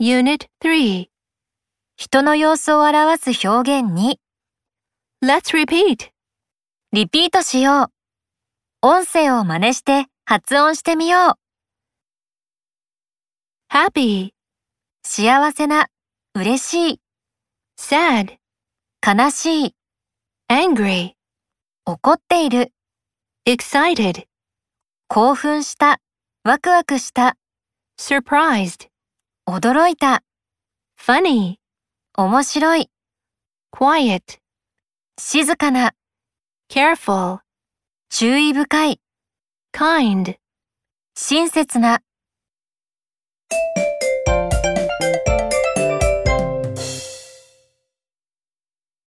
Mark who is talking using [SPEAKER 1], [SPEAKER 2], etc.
[SPEAKER 1] Unit 3.
[SPEAKER 2] 人の様子を表す表現に
[SPEAKER 1] Let's repeat.
[SPEAKER 2] リピートしよう。音声を真似して発音してみよう。
[SPEAKER 1] Happy,
[SPEAKER 2] 幸せな、嬉しい、
[SPEAKER 1] sad,
[SPEAKER 2] 悲しい、
[SPEAKER 1] angry,
[SPEAKER 2] 怒っている、
[SPEAKER 1] excited,
[SPEAKER 2] 興奮した、ワクワクした、
[SPEAKER 1] surprised,
[SPEAKER 2] 驚いた、
[SPEAKER 1] funny,
[SPEAKER 2] 面白い、
[SPEAKER 1] quiet,
[SPEAKER 2] 静かな、
[SPEAKER 1] careful,
[SPEAKER 2] 注意深い、
[SPEAKER 1] kind.
[SPEAKER 2] 親切な。